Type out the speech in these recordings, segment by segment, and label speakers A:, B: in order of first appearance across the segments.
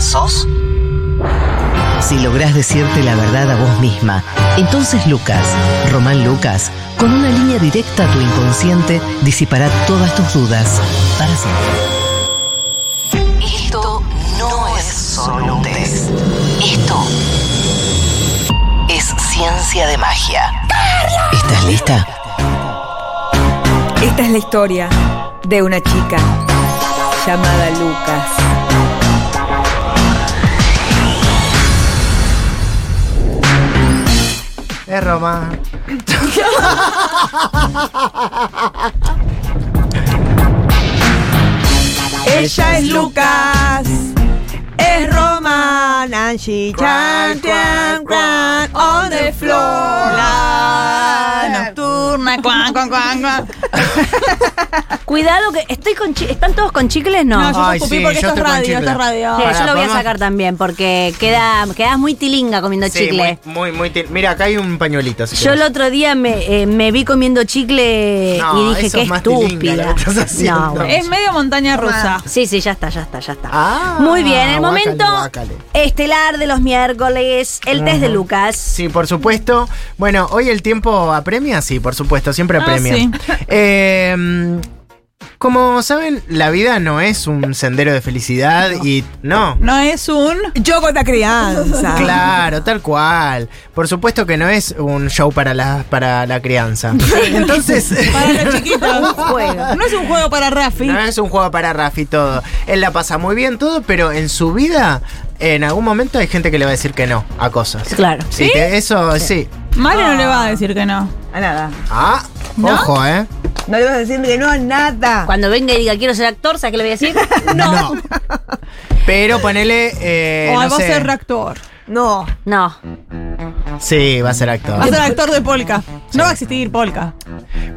A: sos?
B: Si lográs decirte la verdad a vos misma, entonces Lucas, Román Lucas, con una línea directa a tu inconsciente, disipará todas tus dudas para siempre.
A: Esto no es solo un test. Esto es ciencia de magia.
B: ¿Estás lista?
C: Esta es la historia de una chica llamada Lucas.
D: Es Roma.
C: Ella es Lucas. Es Roman and she chan, chan, chan, on the floor. La nocturna, cuan, cuan, cuan, cuan.
E: Cuidado que estoy con chi- ¿Están todos con chicles? No.
C: No, yo
D: Ay,
C: no escupí
D: sí,
C: porque
D: yo
C: esto es
D: estoy con
C: radio, esto es
D: chicles.
C: radio.
E: Sí,
D: Pará,
E: yo lo voy a
D: ¿podemos?
E: sacar también porque queda, quedás muy tilinga comiendo chicle.
D: Sí, muy, muy, muy til- Mira, acá hay un pañuelito. si
E: Yo el
D: querés.
E: otro día me, eh, me vi comiendo chicle y
D: No,
E: dije
D: eso
E: que
D: es más tilinga
E: estúpida.
D: lo que estás haciendo.
E: No, bueno.
C: Es medio montaña rusa.
E: Sí, sí, ya está, ya está, ya está.
D: Ah,
E: Muy bien, el
D: guácale,
E: momento
D: guácale.
E: estelar de los miércoles, el test de Lucas.
D: Sí, por supuesto. Bueno, hoy el tiempo apremia, sí, por supuesto, siempre
C: Ah,
D: apremia.
C: sí.
D: Eh, como saben, la vida no es un sendero de felicidad y no.
C: No es un yo con la crianza.
D: Claro, tal cual. Por supuesto que no es un show para la, para la crianza. Entonces,
C: Para los chiquitos.
E: Un juego.
C: No es un juego para Rafi.
D: no es un juego para Rafi todo. Él la pasa muy bien todo, pero en su vida, en algún momento hay gente que le va a decir que no a cosas.
E: Claro.
D: Sí, te- eso sí.
C: Male no le va a decir que no.
F: A nada.
D: Ah, ojo, ¿eh?
F: No le vas a decir que no a nada.
E: Cuando venga y diga quiero ser actor, ¿sabes qué le voy a decir?
D: No. Pero ponele. eh,
C: o
D: no
C: va
D: sé.
C: a ser actor.
F: No.
E: No.
D: Sí, va a ser
C: Va a
D: actor.
C: ser actor de polka. No va a existir polka.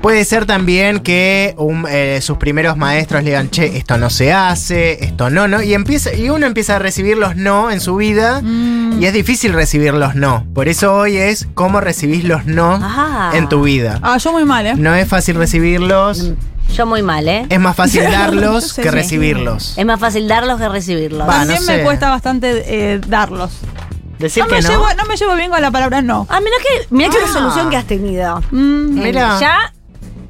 D: Puede ser también que un, eh, sus primeros maestros le digan, che, esto no se hace, esto no, no. Y, empieza, y uno empieza a recibir los no en su vida.
C: Mm.
D: Y es difícil recibir los no. Por eso hoy es cómo recibís los no
E: Ah.
D: en tu vida.
C: Ah, yo muy mal, ¿eh?
D: No es fácil recibirlos.
E: Yo muy mal, ¿eh?
D: Es más fácil darlos
C: Sí,
D: que
C: sí.
D: recibirlos.
E: Es más fácil darlos que recibirlos.
D: Va.
C: También
D: no sé.
C: me cuesta bastante eh, darlos.
D: Decir
C: No
D: que
C: me,
D: no.
C: Llevo, no me llevo bien con la palabra no.
E: Ah, mirá que, mirá qué
D: Ah.
E: resolución que has tenido.
C: Mm,
E: Eh,
D: Mirá.
E: Ya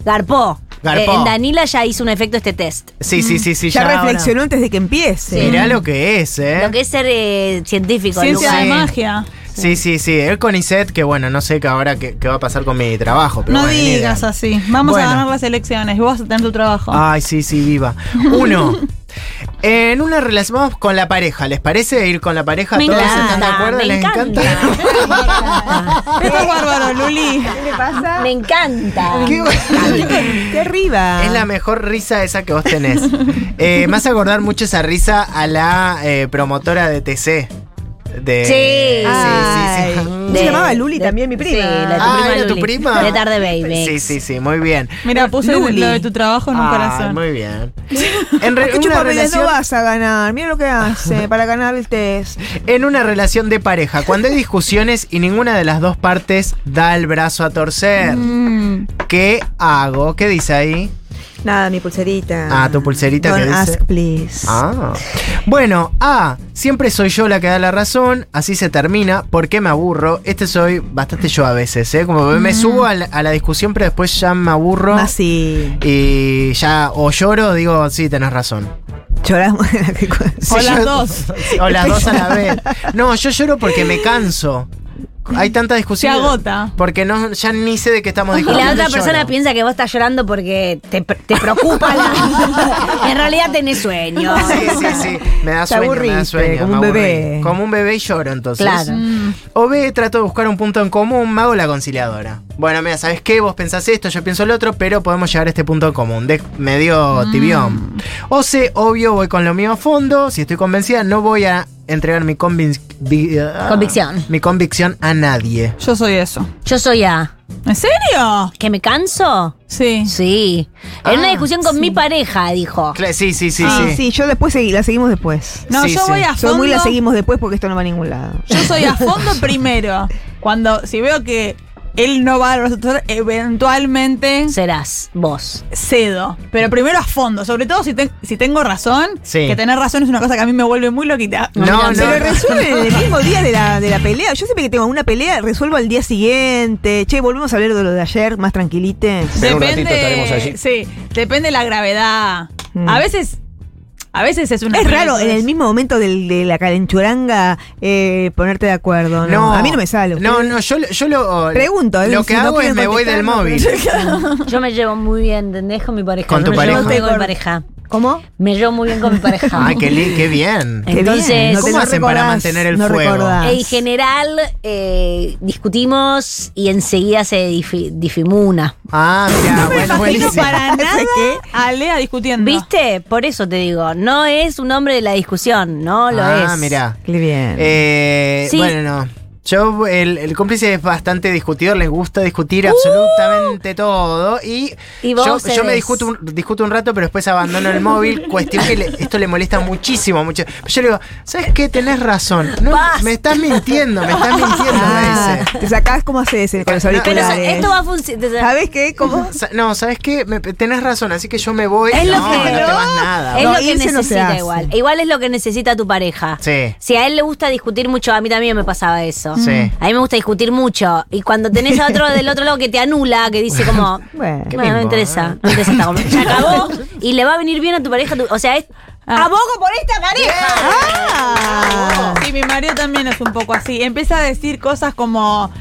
E: garpó.
D: Garpó.
E: Eh, en Danila ya hizo un efecto este test.
D: Sí, sí, sí, sí.
F: Ya,
D: ahora.
F: reflexionó antes de que empiece.
D: Mirá lo que es, ¿eh?
E: Lo que es ser eh, científico.
C: ciencia
E: Lucas.
C: de
D: Sí.
C: magia.
D: Sí, sí, sí. El CONICET, que bueno, no sé qué ahora qué, qué va a pasar con mi trabajo. Pero
C: No
D: bueno, ni
C: digas
D: idea.
C: así. Vamos
D: Bueno. Ah.
C: a ganar las elecciones. Vos vas a tener tu trabajo.
D: Ay, sí, sí, viva. Uno. En una relación, vamos con la pareja, ¿les parece ir con la pareja?
E: Me
D: ¿Todos
E: encanta,
D: están de acuerdo?
E: me
D: ¿Les encanta?
C: Esto es bárbaro, Luli.
F: ¿Qué le pasa?
E: Me encanta.
D: Qué bueno.
F: Qué arriba.
D: Es
C: Ah.
D: la mejor risa esa que vos tenés. Eh, me hace acordar mucho esa risa a la eh, promotora de TC. De,
E: Sí.
D: sí, sí, sí.
F: Ay.
E: De-
F: Se llamaba Luli
E: de-
F: también, mi prima.
E: Sí, la de tu
D: Ah,
E: prima.
D: ¿era tu
E: Luli.
D: prima?
E: De tarde, baby.
D: Sí, sí, sí, muy bien.
C: Mira, puse
F: Luli.
C: lo de tu trabajo en un
D: Ay,
C: corazón.
D: Muy bien. En re-
F: ¿Qué
D: una
F: chupapeles
D: relación,
F: no vas a ganar? Mira lo que hace para ganar el test.
D: en una relación de pareja, cuando hay discusiones y ninguna de las dos partes da el brazo a torcer,
C: Mm.
D: ¿qué hago? ¿Qué dice ahí?
F: Nada, mi pulserita.
D: Ah, tu pulserita
F: Don't
D: que dice-
F: ask, please.
D: Ah. Bueno, A, siempre soy yo la que da la razón, así se termina, ¿por qué me aburro? Este soy bastante yo a veces, ¿eh? Como me subo a la, a la discusión, pero después ya me aburro.
F: Más si
D: Y ya o lloro, digo, sí, tenés razón.
F: lloramos.
C: O
D: Sí,
C: las
D: yo-
C: dos.
D: O las dos a la vez. No, yo lloro porque me canso. Hay tanta discusión.
C: Se agota.
D: Porque no, ya ni sé de qué estamos
E: Y
D: discutiendo.
E: la otra
D: lloro.
E: persona piensa que vos estás llorando porque te, te preocupa. la- en realidad tenés sueño.
D: Sí, sí, sí. Me da
F: Te
D: sueño, me da
F: aburriste,
D: sueño.
F: como
D: me
F: un
D: aburrí.
F: bebé.
D: Como un bebé y lloro, entonces.
E: Claro.
C: mm.
D: O B, trato de buscar un punto en común, me hago la conciliadora. Bueno, mira, ¿sabes qué? Vos pensás esto, yo pienso lo otro, pero podemos llegar a este punto en común, de
E: Mm.
D: medio tibión. O C, obvio, voy con lo mío a fondo, si estoy convencida, no voy a entregar mi convinc- vi- ah,
E: Convicción.
D: Mi convicción a nadie.
C: Yo soy eso.
E: Yo soy A.
C: ¿En serio?
E: ¿Que me canso?
C: Sí.
E: Sí. En una
D: Ah,
E: discusión con mi pareja, dijo.
D: Cla- Sí, sí, sí,
E: Ah,
F: Sí,
D: sí.
F: sí, yo después segui- la seguimos después.
C: No,
D: Sí,
C: yo
D: sí.
C: voy a
F: Yo
C: fondo.
F: muy la seguimos después porque esto no va a ningún lado.
C: Yo soy a fondo primero. Cuando, si veo que
G: él no va a resultar eventualmente
E: Serás vos.
G: cedo. Pero primero a fondo, sobre todo si, te- si tengo razón,
D: Sí.
G: que tener razón es una cosa que a mí me vuelve muy loquita.
D: No, no.
F: Pero resuelve el mismo día de la, de la pelea. Yo siempre que tengo una pelea, resuelvo al día siguiente. Che, volvemos a hablar de lo de ayer, más tranquilites.
H: Pero un ratito estaremos allí.
G: Sí, depende de la gravedad.
F: Mm.
G: A veces, a veces es una.
F: Es raro en el
G: mismo
F: mismo momento del- de la calenchuranga eh, ponerte de acuerdo. ¿no? a mí no me sale.
D: No, no, yo, yo lo.
F: Pregunto, eh,
D: Lo que
F: si no
D: hago es
F: quieren
D: me voy del
F: contestar, no,
D: móvil.
E: Yo me llevo muy bien, ¿entendés? Con mi pareja.
D: Con tu
E: Yo
D: pareja.
E: no tengo mi pareja.
F: ¿Cómo?
E: Me llevo muy bien con mi pareja.
D: Ay, qué, li- qué bien.
E: Eh, Entonces,
F: bien,
E: ¿cómo
F: lo
D: hacen para
F: recordás,
D: mantener el
F: no
D: fuego?
F: recordás.
E: En general, eh, discutimos y enseguida se difi- difimuna.
D: Ah, mira, bueno,
G: imagino
D: buenísimo.
G: para nada a Lea discutiendo.
E: ¿Viste? Por eso te digo, no es un hombre de la discusión, no lo es.
D: Ah, mira.
F: Qué bien.
D: Eh,
E: Sí.
D: Bueno, no. Yo, el, el cómplice es bastante discutidor, les gusta discutir absolutamente todo. Y,
E: Uh. Y vos
D: yo, yo me
E: eres-
D: discuto un, discuto un rato, pero después abandono el móvil. Cuestión que le- esto le molesta muchísimo. Mucho. Yo le digo, ¿sabes qué? Tenés razón. No,
E: Basta.
D: me estás mintiendo, me estás mintiendo, me
F: Ah,
D: dice.
F: te sacás cómo haces eh, con los
E: Pero
F: auriculares.
E: esto va a funcionar.
F: ¿Sabes qué? ¿Cómo?
D: Sa- No, ¿sabes qué? Me- tenés razón, así que yo me voy.
E: Ah. Es lo
D: no,
E: que-
D: no te vas nada.
E: Es
F: No,
E: lo que
F: irse no se
E: necesita
F: hace.
E: igual. Igual es lo que necesita tu pareja.
D: Sí.
E: Si a él le gusta discutir mucho, a mí también me pasaba eso.
D: Sí.
E: A mí me gusta discutir mucho. Y cuando tenés a otro del otro lado que te anula, que dice como,
F: Bueno.
D: Qué
E: Bueno, no
D: bimbo,
E: interesa.
D: ¿eh?
E: No interesa esta conversa. Se acabó y le va a venir bien a tu pareja. tu- o sea, es.
G: Ah.
E: ¡Abogo por esta pareja!
F: Ah,
G: Sí, mi marido también es un poco así. Empieza a decir cosas como,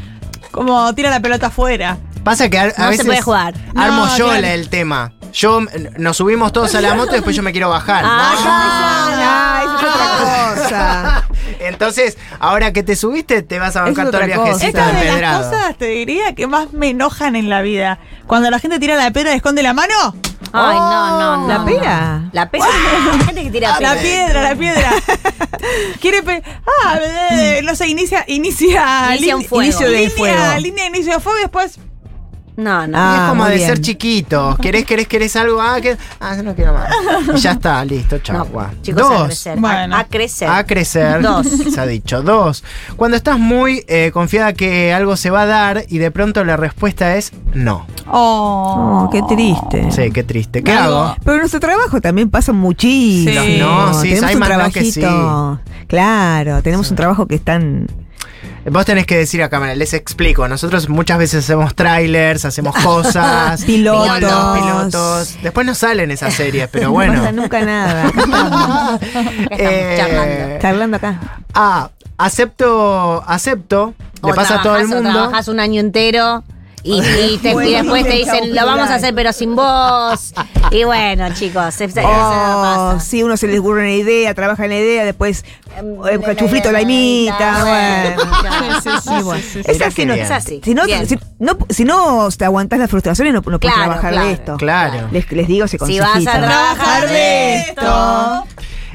G: como tira la pelota afuera.
D: Pasa que a, a
E: No se
D: veces
E: puede jugar.
D: Armo
G: No,
D: yo
G: claro.
D: la- el tema. Yo n- nos subimos todos a la moto y después yo me quiero bajar.
F: ah, eso es otra
D: Ah.
F: cosa.
D: Entonces, ahora que te subiste, te vas a bancar
F: Es
D: todo el
F: otra cosa.
D: viajecito de
G: Esta es de las
D: empedrado.
G: cosas, te diría, que más me enojan en la vida. Cuando la gente tira la piedra y esconde la mano.
E: Ay, no, no, no.
F: ¿La pera?
E: no. La pera. La gente que
D: Ah,
E: tira
G: La
E: pera.
G: piedra, la piedra. Quiere. pe- ah, eh, no sé, inicia. Inicia.
E: Inicia un
G: lin-
E: fuego.
G: Inicio de
F: Línea-
G: fuego. Línea de inicio de fuego y después.
E: No, no.
F: Ah,
D: es como
F: muy
D: de
F: bien.
D: ser chiquitos. ¿Querés, querés, querés algo? Ah, que, ah, yo no quiero más. Y ya está, listo, chau.
E: No,
D: guau.
E: chicos, a
D: Dos.
E: crecer.
G: Bueno.
E: A, a crecer.
D: A crecer.
E: Dos.
D: Se ha dicho. Dos. Cuando estás muy eh, confiada que algo se va a dar y de pronto la respuesta es no.
G: Oh.
F: Oh, qué triste.
D: Sí, qué triste. ¿Qué
G: Algo-
D: hago?
F: Pero en nuestro trabajo también pasa muchísimo.
G: Sí.
D: No, sí,
F: tenemos
D: hay
F: un
D: más no
F: trabajito.
D: que sí.
F: Claro, tenemos un trabajo que están.
D: Vos tenés que decir a cámara, les explico. Nosotros muchas veces hacemos trailers, hacemos cosas,
F: Pilotos.
D: igual los pilotos. Después no salen esas series, pero
F: No
D: bueno.
F: pasa nunca nada.
D: Eh,
E: charlando.
F: Charlando acá.
D: ah, acepto, acepto. Le
E: O
D: pasa a todo el
E: trabajás- o
D: mundo.
E: Trabajas un año entero. Y, y te- y después te dicen, lo vamos a hacer pero sin vos. Y bueno, chicos, se, se- se
F: Oh,
E: pasa.
F: sí, uno se les ocurre una idea, trabaja en la idea, después
E: Em,
F: eh, cachuflito la imita. Bueno.
E: Sí, bueno.
F: Es
D: Mirá
F: así,
D: qué
F: no,
D: bien.
E: Es así.
F: Si no,
E: Bien.
F: si, no, si no te aguantás las frustraciones, no, no puedes
E: Claro,
F: trabajar
E: claro.
F: de esto.
D: Claro.
F: Les, les digo ese
E: Si
F: consejito.
E: vas a trabajar de esto.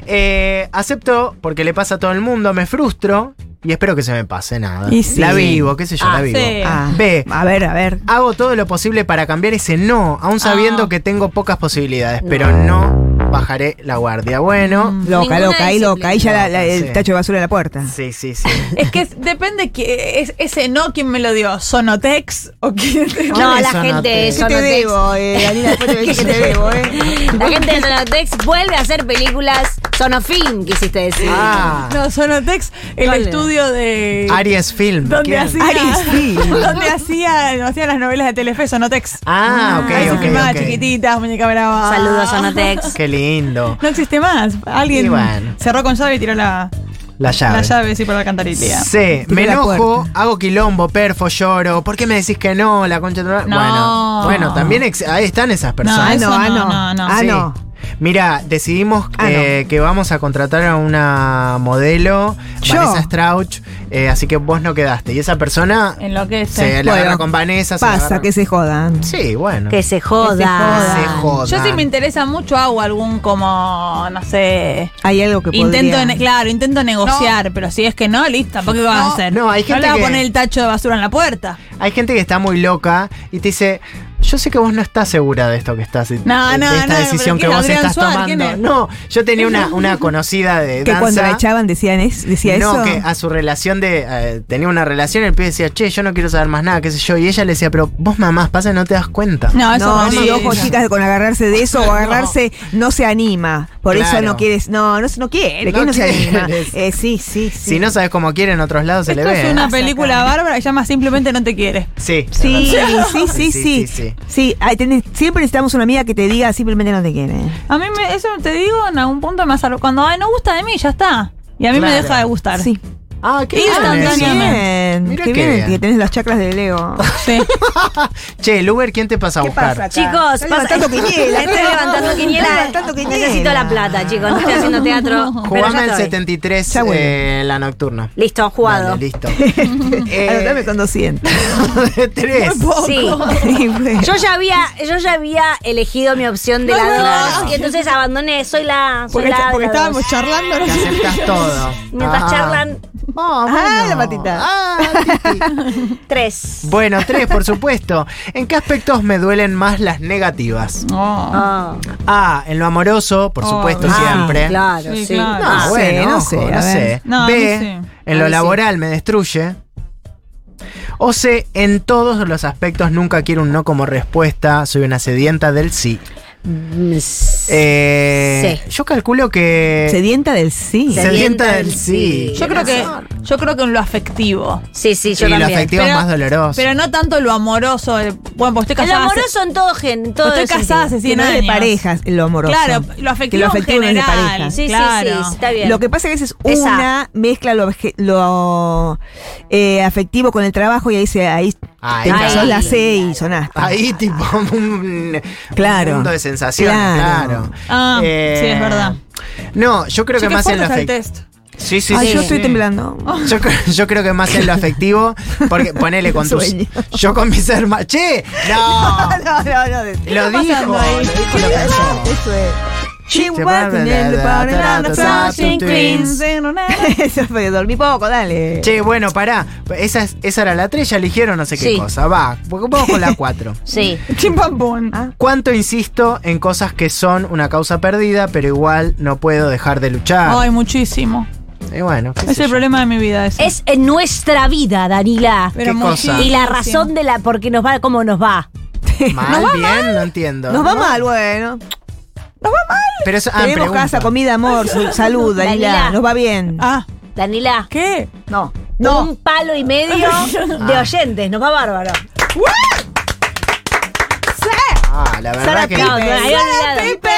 D: Eh, acepto porque le pasa a todo el mundo, me frustro y espero que se me pase nada.
F: Y sí.
D: La vivo, qué sé yo,
G: Ah,
D: la vivo.
G: sí.
F: Ah,
D: Ve.
F: A ver, a ver.
D: Hago todo lo posible para cambiar ese no, aun sabiendo
G: Ah.
D: que tengo pocas posibilidades, pero no bajaré la guardia. Bueno,
F: Loca,
E: Ninguna
F: loca, ahí
E: disciplina.
F: loca. Ahí ya la- la-
D: Sí.
F: el tacho de basura en la puerta.
D: sí, sí, sí.
G: Es que es- depende que es, ese no quién me lo dio, Sonotex o quién te-
E: No, la
D: Sonotex.
E: gente
D: ¿Qué
E: de
D: te
F: ¿Qué te
E: Sonotex.
F: debo, eh, Daniela? Después te voy a decir que te debo, eh.
E: La gente de Sonotex vuelve a hacer películas Sonofilm, quisiste decir.
D: Ah,
G: No, Sonotex, el
E: ¿Cuál era?
G: estudio de
D: Aries Film.
G: donde
D: ¿Quién?
G: hacía
F: Aries, sí.
G: donde hacía, no, hacía las novelas de Telefe, Sonotex.
D: Ah, ok,
G: Ahí se
D: ok,
G: filmaba
D: ok.
G: chiquititas, muñeca brava.
E: Saludos Sonotex.
D: Qué lindo.
G: No existe más. Alguien
D: Y bueno.
G: cerró con llave y tiró la,
D: La llave.
G: la llave sí por la alcantarilla.
D: Sí, me
F: la
D: enojo,
F: puerta.
D: hago quilombo, perfo, lloro. ¿Por qué me decís que no? La concha de tu madre?
G: No.
D: Bueno, bueno, también ex- ahí están esas personas.
G: Ah,
F: Ah,
G: eso
F: no, ah,
G: no,
F: no.
G: no, no.
F: Ah,
D: Sí.
F: no.
D: Mira, decidimos
F: Ah,
D: eh, que vamos a contratar a una modelo,
F: Yo.
D: Vanessa Strauch, eh, así que vos no quedaste. Y esa persona
G: En lo que
D: se la
F: Bueno,
D: agarra con Vanessa. se la
F: Pasa,
D: agarra-
F: que se jodan.
D: Sí, bueno.
E: Que se joda.
D: se joda.
G: Yo sí me interesa mucho hago algún como, no sé,
F: Hay algo que
G: Intento,
F: podría-
G: ne- claro, intento negociar, pero si es que no, listo, ¿por qué vas a hacer?
D: no, hay gente
G: le va
D: que-
G: a poner el tacho de basura en la puerta.
D: Hay gente que está muy loca y te dice, yo sé que vos no estás segura de esto que estás, de-
G: No,
D: de,
G: no,
D: esta
G: no,
D: decisión que
G: pero ¿quién
D: vos
G: es? Adrián
D: estás
G: Suárez, ¿quién
D: tomando.
G: es?
D: No, yo tenía una, una conocida de
F: Que
D: danza.
F: cuando la echaban decían es, decía eso.
D: no, que a su relación de. eh, tenía una relación, el pibe decía, che, yo no quiero saber más nada, qué sé yo. Y ella le decía, pero vos mamás, pasa y no te das cuenta.
G: No, eso
F: No,
G: horrible.
F: sí, ojo, chicas, con agarrarse de eso o agarrarse no se anima. Por eso
D: Claro.
F: no quieres, no, no, se- no quiere,
D: No
F: que no se
D: quieres.
F: anima. Eh, sí, sí, sí.
D: Si no sabes cómo quiere, en otros lados se le
G: Esto
D: ve.
G: es
D: ¿eh?
G: una película bárbara que se llama Simplemente No Te Quiere.
D: Sí, es
F: Sí,
D: verdad.
F: sí, sí, sí.
D: sí.
F: Sí, ay, tenés- siempre necesitamos una amiga que te diga simplemente no te quiere.
G: A mí me- eso te digo en algún punto más cuando ay, no gusta de mí ya está. Y a mí me
D: Claro.
G: deja de gustar.
F: Sí.
D: Ah, qué bien eso.
G: Instantáneamente.
F: Bien,
D: Mirá
F: qué
D: qué
F: bien,
D: bien.
F: que tenés las chakras del Leo.
G: Sí.
D: Che, el Uber, ¿quién te pasa a buscar?
E: Chicos,
F: Está
E: pasa-
F: levantando quiniela.
E: Estoy levantando quiniela.
F: Está levantando quiniela.
E: Necesito la plata, chicos. No estoy haciendo teatro. pero ya
D: Jugame el
E: estoy.
D: 73,
F: Ya vuelvo.
D: eh, la nocturna.
E: Listo, jugado.
D: Dale, listo. Eh,
F: Anotame con 200.
D: tres.
E: Sí.
F: Sí, bueno.
E: Yo ya había, yo ya había elegido mi opción de la dos, y entonces abandoné, soy la, soy
G: Porque,
E: la de
G: porque
E: la dos.
G: estábamos charlando. ¿no?
D: Que aceptas todo.
E: Mientras
D: Ah.
E: charlan,
D: Ah,
F: Ah,
D: bueno.
F: la patita.
D: Ah, titi.
E: tres.
D: Bueno, tres, por supuesto. ¿En qué aspectos me duelen más las negativas?
G: No.
E: Ah,
D: A, en lo amoroso, por supuesto,
G: obvio.
D: siempre.
E: Claro,
G: Sí,
E: sí.
G: claro.
D: No,
E: Ah.
F: sé,
D: bueno,
F: Oh, ah, no
D: ojo,
F: sé,
D: no
F: a ver.
D: sé.
G: No, a mí
D: B,
G: sí.
D: en
E: A
D: lo
E: mí
D: laboral me destruye. O C, en todos los aspectos nunca quiero un no como respuesta, soy una sedienta del sí.
E: Mm,
D: Eh,
E: Sí.
D: Yo calculo que...
F: Eh, Sedienta del sí.
E: Sedienta
D: sedienta
E: del
D: del sí.
E: sí.
G: Yo creo que yo creo que en lo afectivo.
E: Sí, sí, yo
D: y lo
E: también.
D: afectivo es más doloroso.
G: Pero no tanto lo amoroso. el- Bueno, pues estoy
E: El
G: casada. hace-
E: amoroso en todo gen, en todo
G: estoy
E: sentido.
G: casada hace
F: Que
G: 100
F: no es de
G: años.
F: parejas lo amoroso.
G: Claro, lo
F: Que
G: afectivo,
F: lo afectivo
G: en
F: no es de
G: general.
F: pareja.
E: Sí,
G: claro.
E: sí, sí, está bien.
F: Lo que pasa es que es
E: Esa.
F: una mezcla lo, obje- lo, eh, afectivo con el trabajo y ahí se ahí,
D: Ahí
F: te-
E: está.
F: sos la C y sonaste.
D: Ahí tipo un,
F: Claro.
D: un mundo de sensaciones,
F: Claro.
D: claro. Eh,
G: Ah, sí, es verdad.
D: No, yo creo
G: Che,
D: que más
G: ¿qué
D: en lo
G: foto está el
D: afectivo.
G: test?
D: Sí, sí,
F: Ay,
D: sí.
F: yo estoy temblando.
D: Yo, cre- yo creo que más en lo afectivo, porque ponele con tus.
F: Sueño.
D: Yo con mis hermanos. ¡Che! ¡No!
F: no, no, no.
D: Lo dijo. Lo dijo lo cayó.
F: Eso es. She
D: Che,
F: walked in
D: bla,
F: the
D: bla,
F: party
D: bla,
F: and the
D: bla,
F: flashing
D: bla,
F: queens. Eso fue, dormí poco, dale.
D: Che, bueno, pará. Esa, es- esa era la 3, ya eligieron no sé qué
E: Sí.
D: cosa. Va, vamos con la 4.
E: Sí.
G: Chimpampón. Ah.
D: ¿Cuánto insisto en cosas que son una causa perdida, pero igual no puedo dejar de luchar?
G: Ay, muchísimo.
D: Y bueno, qué sé
G: Es el
D: yo.
G: problema de mi vida. ese.
E: Es en nuestra vida, Danila.
G: Pero
D: ¿Qué cosa?
G: muchísimo.
E: Y la razón de la porque nos va como nos va.
D: Mal, bien, no entiendo.
F: Nos va mal, bueno.
D: Pero eso, ah,
F: Tenemos
D: pregunta.
F: casa, comida, amor, su- salud, Danila.
E: Dalila.
F: Nos va bien.
G: Ah,
E: Danila,
G: ¿qué?
E: no.
F: No.
E: Un palo y medio de oyentes, nos va bárbaro.
D: Ah, la
F: Sara
D: verdad que.
E: No, me había olvidado.
F: Pipe!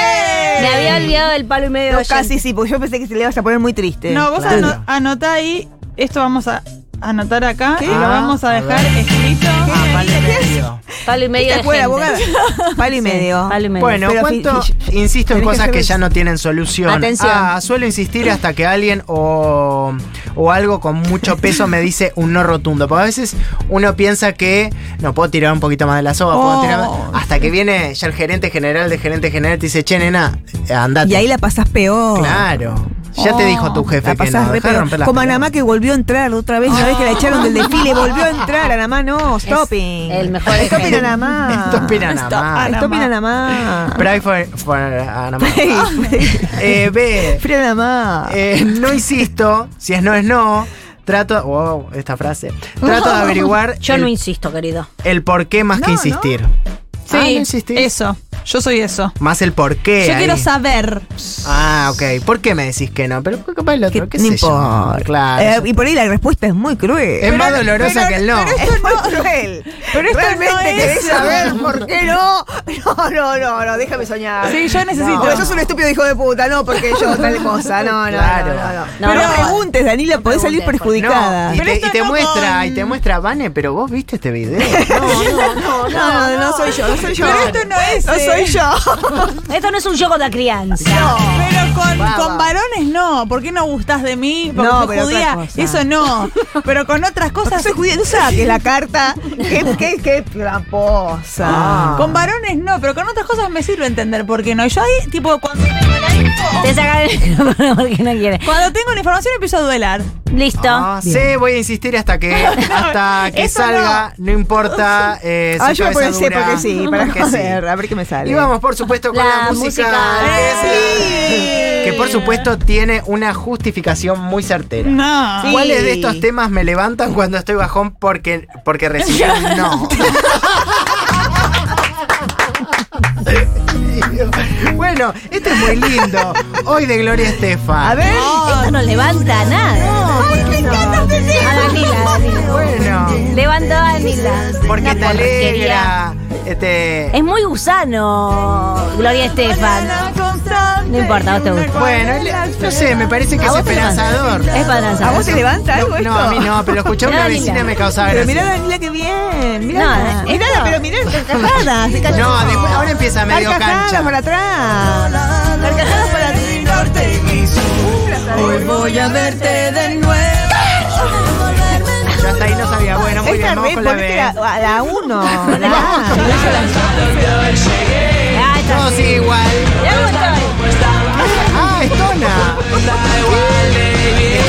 E: Me había olvidado del palo y medio de
F: No,
E: oyentes.
F: casi sí, porque yo pensé que te le ibas a poner muy triste.
G: No, vos
D: claro.
G: ano- anotá ahí. Esto vamos a anotar acá y lo
D: Ah,
G: vamos a
D: a
G: dejar
D: ver.
G: escrito.
D: Ah, vale, medio.
E: Palo y medio
F: ¿Te
E: de
F: acuerdas, abogada?
E: oyentes.
F: Palo y medio.
E: Palo y medio.
D: Bueno,
F: Pero
D: ¿cuánto
F: fi- fi-
D: insisto
F: tenés
D: en
F: que
D: cosas
F: hacer
D: que
F: eso.
D: ya no tienen solución?
E: Atención.
D: Ah, suelo insistir hasta que alguien o, o algo con mucho peso me dice un no rotundo. Porque a veces uno piensa que no puedo tirar un poquito más de la soga, puedo
G: Oh.
D: tirar más- Hasta que viene ya el gerente general de gerente general y te dice, che, nena, andate.
F: Y ahí la pasás peor.
D: Claro. Ya te
G: Oh.
D: dijo tu jefe
F: La
D: que
F: pasás re
D: no, dejá de
F: peor.
D: romper las
F: Como
D: pelotas.
F: Anamá que volvió a entrar otra vez, una vez que la echaron del desfile, volvió a entrar. Anamá no, stopping.
E: el mejor
F: Stopping
E: ejemplo.
F: Anamá.
D: Esto es pena nada
G: Stop,
D: más.
G: Ana.
F: Stopping Anamá.
D: Pray for, for Ana Mar.
F: Frena
D: Eh, B.
F: Anamá.
D: Eh, no insisto, si es no es no. Trato, wow, esta frase. Trato de averiguar
E: Yo no
D: el,
E: insisto, querido.
D: el por qué más que
F: No,
D: insistir.
G: Sí,
D: Ah, no insistís.
G: eso. Yo soy eso.
D: Más el por
F: Eh,
D: qué.
G: Yo
D: ahí.
G: quiero saber.
D: Ah, ok. ¿Por qué me decís que no? Pero capaz el otro,
F: Que
D: qué
F: no
D: sé yo.
F: importa.
D: Claro.
F: Eh, y por ahí la respuesta es muy cruel.
D: es más dolorosa que el no.
F: Es muy cruel. Pero
G: esto
F: Realmente
G: no es-
F: querés saber por qué no. No, no, no, no, déjame soñar.
G: Sí, yo necesito.
F: No, sos un estúpido hijo de puta, no, porque yo tal cosa, no, no,
D: Claro.
F: no, no, no.
E: No,
F: Pero
E: no.
F: preguntes, Danila, podés salir
E: preguntes,
D: No,
F: perjudicada.
D: y
G: Pero
D: te,
G: esto
D: y te
G: no
D: muestra,
G: con-
D: y te muestra Vane, pero vos viste este video. No, no,
F: No,
D: no.
F: no, no, soy yo, no soy yo.
G: Pero esto no es,
F: No
G: eh.
F: soy yo.
E: Esto no es un juego de crianza.
G: Pero con,
D: Va,
G: con
D: va.
G: varones no. ¿Por qué no gustás de mí? Porque
F: No,
G: soy
F: pero otra
G: judía.
F: cosa.
G: Eso no. Pero con otras cosas.
F: Soy judía, no saques la carta. Qué, qué, qué tramposa.
D: Ah.
G: Con varones no, pero con otras cosas me sirve entender por qué no. Yo ahí, tipo, cuando,
E: Te sacan el micrófono porque no quiere.
G: cuando tengo la información empiezo a duelar.
E: Listo.
D: Ah, sí, voy a insistir hasta que, hasta que
G: eso
D: salga, no, importa. Eh,
F: Ah,
D: su
F: yo voy a poner
D: cabeza
F: C porque sí,
D: dura.
F: para
D: Porque sí.
F: joder, a ver qué me sale.
D: Y vamos, por supuesto, con la,
E: La
D: música.
E: música.
F: Eh,
D: que- Que por supuesto tiene una justificación muy certera.
G: No.
F: Sí.
D: ¿Cuáles de estos temas me levantan cuando estoy bajón porque, porque recibí un no? bueno, esto es muy lindo. Hoy de Gloria Estefan.
F: A ver.
E: Esto no levanta nada. Ah, A Danila, a Danila.
D: Bueno,
E: Levanta a Danila.
D: porque
E: Una
D: te
E: porquería.
D: alegra. Este,
E: Es muy gusano, Gloria Estefan. No importa, vos te gusta.
D: bueno, le- no sé, me parece que
E: ¿A
D: es
E: vos te
D: esperanzador.
E: levanta? Es para
F: ¿A vos te levanta algo esto?
D: No, a mí no, pero escuché a una
E: Mirá,
D: vecina y
E: Danila.
D: me causaba
F: Pero mirá,
D: gracia.
F: Danila, qué bien. Mirá,
E: No,
F: mirá,
E: esto-
F: pero mirá, carcajada. Se cayó.
D: No, después- ahora empieza medio
F: Carcajadas
D: cancha.
F: para atrás. Carcajadas para
G: Hoy voy a verte de nuevo.
D: Yo hasta ahí no sabía. Bueno, muy bien,
F: Esta
D: vamos
F: vez
D: con la
F: ponete
D: B.
F: la- a la 1.
E: Ah,
D: Todo sigue igual.
E: eh.
D: Ah, Estona.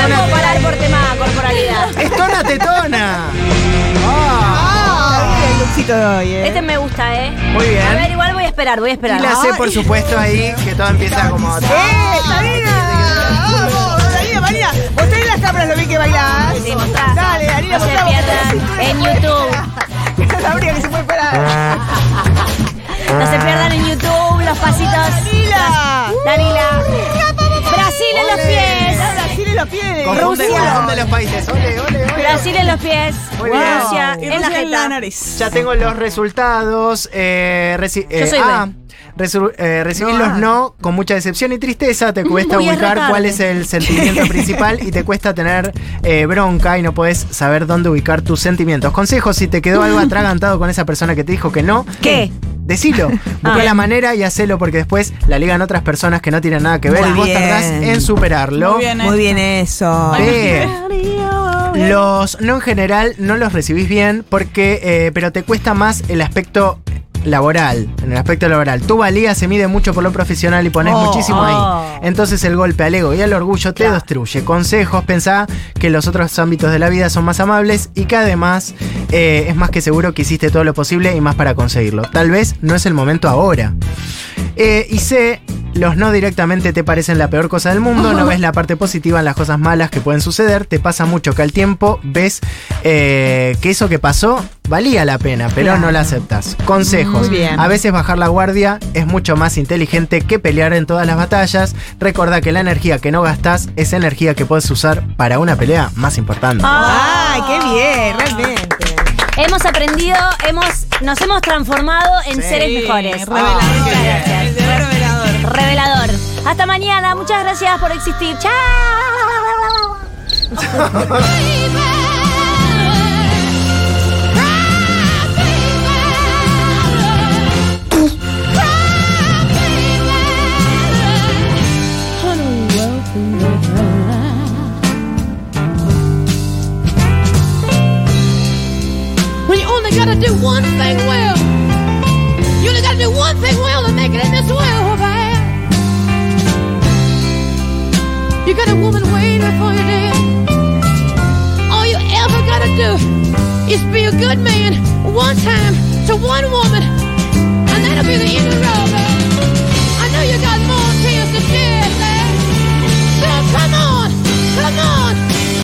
E: No puedo parar por tema corporalidad.
D: Estona tetona. Ah,
F: El luxito de hoy, eh.
E: Este me gusta, ¿eh?
D: Muy bien.
E: A ver, igual voy a esperar, voy a
D: Y
E: esperar.
D: la C, por supuesto, ahí, que todo empieza como.
F: ¡Eh, Darina! ¡Vamos! Darina, María! Vos tenés las cámaras, lo vi que bailás.
E: Sí, mostrá.
F: Dale, Darina,
E: No se
F: mostrá, mostrá la
E: pierdan Eh.
F: cintura.
E: en YouTube.
F: Gabriel, que se fue para.
E: No se pierdan en YouTube los pasitos.
F: ¡Danila!
E: Danila. Brasil en los pies.
F: Brasil en los pies.
D: Confunde
E: Rusia.
D: confunde los países. Ole, ole, ole.
E: Brasil en los pies.
D: Muy bien.
E: Rusia
G: Y
E: en la
G: Rusia en la
E: jeta.
G: nariz.
D: Ya tengo los resultados. Eh, reci- eh,
E: soy B.
D: ah, resu- eh, recibí los no con mucha decepción y tristeza. Te cuesta
E: Voy a
D: ubicar
E: retarte.
D: cuál es el sentimiento principal y te cuesta tener eh, bronca y no podés saber dónde ubicar tus sentimientos. Consejos: si te quedó algo atragantado con esa persona que te dijo que no,
E: ¿Qué?
D: Decilo, busca
E: Ah.
D: la manera y hacelo porque después la ligan otras personas que no tienen nada que ver
F: Muy
D: y vos
F: bien.
D: tardás en superarlo.
G: Muy bien, eh.
F: Muy bien eso.
D: B. Los no en general no los recibís bien porque eh, pero te cuesta más el aspecto laboral, en el aspecto laboral. Tu valía se mide mucho por lo profesional y pones
G: Oh.
D: muchísimo
E: Oh.
D: ahí. Entonces el golpe al ego y al orgullo te destruye. Consejos, pensá que los otros ámbitos de la vida son más amables y que además eh, es más que seguro que hiciste todo lo posible y más para conseguirlo. Tal vez no es el momento ahora. Eh, y C, los no directamente te parecen la peor cosa del mundo, no ves la parte positiva en las cosas malas que pueden suceder, te pasa mucho que al tiempo ves eh, que eso que pasó valía la pena, pero no la aceptas. Consejos.
F: Muy bien.
D: A veces bajar la guardia es mucho más inteligente que pelear en todas las batallas. Recuerda que la energía que no gastas es energía que puedes usar para una pelea más importante.
F: ¡Ay, qué bien! Ah. Realmente.
E: Ah. Hemos aprendido, hemos, nos hemos transformado en seres mejores.
G: Revelador.
E: Muchas gracias.
G: El deber revelador.
E: Revelador. Hasta mañana. Muchas gracias por existir. Chao.
H: Well, you only gotta do one thing well. You only gotta do one thing well to make it in this world, right? You got a woman waiting for you there. All you ever gotta do is be a good man one time to one woman